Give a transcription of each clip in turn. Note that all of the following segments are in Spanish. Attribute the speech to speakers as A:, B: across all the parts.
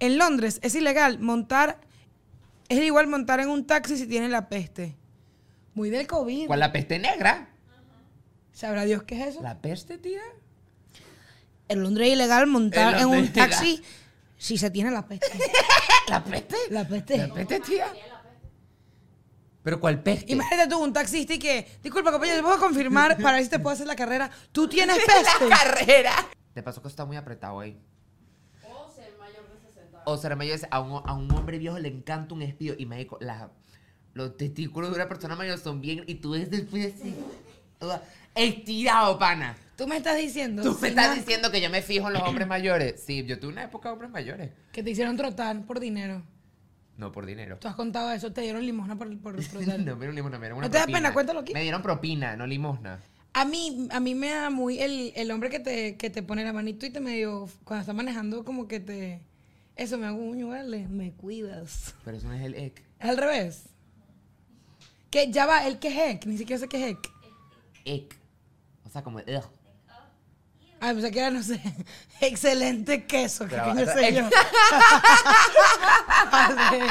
A: En Londres es ilegal montar, es igual montar en un taxi si tiene la peste. Muy del COVID.
B: ¿Cuál Pues la peste negra?
A: ¿Sabrá Dios qué es eso?
B: ¿La peste, tía?
A: Eh, En Londres es ilegal montar
B: En
A: en un
B: Londres es
A: taxi si se tiene la peste.
B: ¿La peste?
A: La peste.
B: ¿La peste, tía? ¿Pero cuál peste?
A: Imagínate tú, un taxista y que, disculpa, compañero, ¿te puedo confirmar para ver si te puedo hacer la carrera? Tú tienes peste.
B: carrera. De paso que está muy apretado ahí. O ser mayor de 60. O ser mayor de- a un, a un hombre viejo le encanta un espío. Y marico, la- los testículos de una persona mayor son bien. Y tú ves después así. o sea, Estirado, pana.
A: Tú me estás diciendo
B: Tú me
A: Sina,
B: estás diciendo que yo me fijo en los hombres mayores. Sí, yo tuve una época de hombres mayores.
A: que te hicieron trotar por dinero.
B: No por dinero.
A: Tú has contado eso, te dieron limosna por, por trotar.
B: No me dieron limosna, me dieron una
A: ¿No te da
B: propina.
A: pena? Cuéntalo aquí.
B: Me dieron propina, no limosna.
A: A mí, a mí me da muy el, el hombre que te, que te pone la manito y te medio, cuando está manejando, como que te... Eso me hago un vale, me cuidas.
B: Pero eso no es el ec.
A: Al revés. Que ya va, el que heck, ni siquiera sé qué heck.
B: Ec. O sea, como el. ugh.
A: Ay, pues aquí era, no sé, excelente queso, que
B: Pero-
A: coño sé yo. Vale.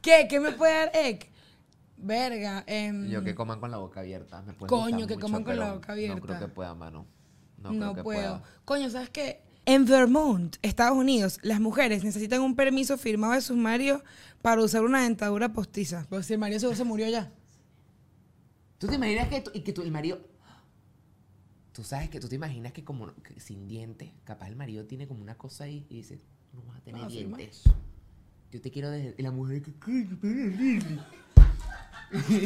A: ¿Qué? ¿Qué me puede dar egg? Verga, em,
B: Yo que coman con la boca abierta. Me puede
A: Coño,
B: gustar
A: que
B: mucho,
A: coman con la
B: pero
A: boca
B: No creo
A: abierta.
B: que pueda, mano. No,
A: no,
B: creo que
A: puedo.
B: pueda.
A: Coño, ¿sabes qué? En Vermont, Estados Unidos, las mujeres necesitan un permiso firmado de sus maridos para usar una dentadura postiza. Pero si el marido seguro se murió ya.
B: ¿Tú te imaginas que, tu- y que tu, el marido... Tú sabes que tú te imaginas que como que sin dientes, capaz el marido tiene como una cosa ahí y dice, no vas a tener
A: No, firma
B: dientes. Yo te quiero desde... Y la mujer que... "Coño, pero dime".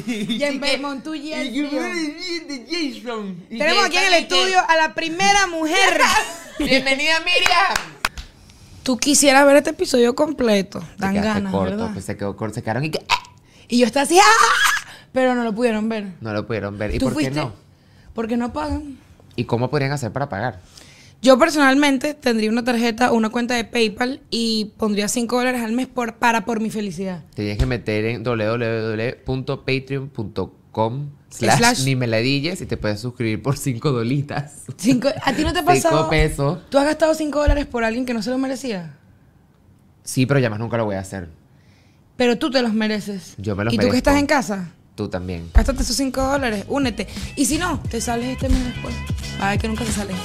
A: Y en Vermont, tú y
B: Y
A: el
B: yo,
A: tío.
B: "Ay, bien de Jason. Y
A: Tenemos aquí
B: Jason
A: en el
B: y que-
A: estudio a la primera mujer.
B: Bienvenida Miriam.
A: Tú quisieras ver este episodio completo. Dan
B: Se quedaste
A: ganas,
B: corto,
A: ¿verdad?
B: pues se quedó corto, se quedaron y que... "Ah".
A: Y yo estaba así, ¡ah! Pero no lo pudieron ver.
B: No lo pudieron ver. ¿Y
A: ¿Tú
B: por
A: fuiste?
B: qué no?
A: Porque no pagan.
B: ¿Y cómo podrían hacer para pagar?
A: Yo personalmente tendría una tarjeta o una cuenta de PayPal y pondría 5 dólares al mes por, para por mi felicidad.
B: Tenías que meter en www.patreon.com
A: Slash.
B: slash ni meladillas y te puedes suscribir por 5 dolitas.
A: Cinco- ¿A ti no te ha
B: 5
A: pasado?
B: pesos.
A: ¿Tú has gastado 5 dólares por alguien que no se lo merecía?
B: Sí, pero ya más nunca lo voy a hacer.
A: Pero tú te los mereces.
B: Yo me los
A: ¿Y tú que
B: merezco.
A: estás en casa?
B: Tú también.
A: Gástate esos 5 dólares, únete. Y si no, te sales este mes después. Para que nunca te salen.